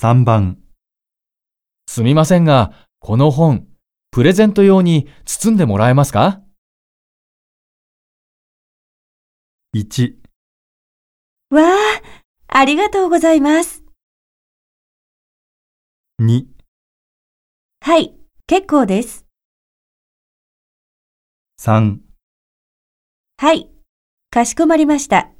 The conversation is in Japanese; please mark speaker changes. Speaker 1: 3番、
Speaker 2: すみませんが、この本、プレゼント用に包んでもらえますか
Speaker 1: 1、
Speaker 3: わあ、ありがとうございます。
Speaker 1: 2、
Speaker 3: はい、結構です。
Speaker 1: 3
Speaker 3: はい、かしこまりました。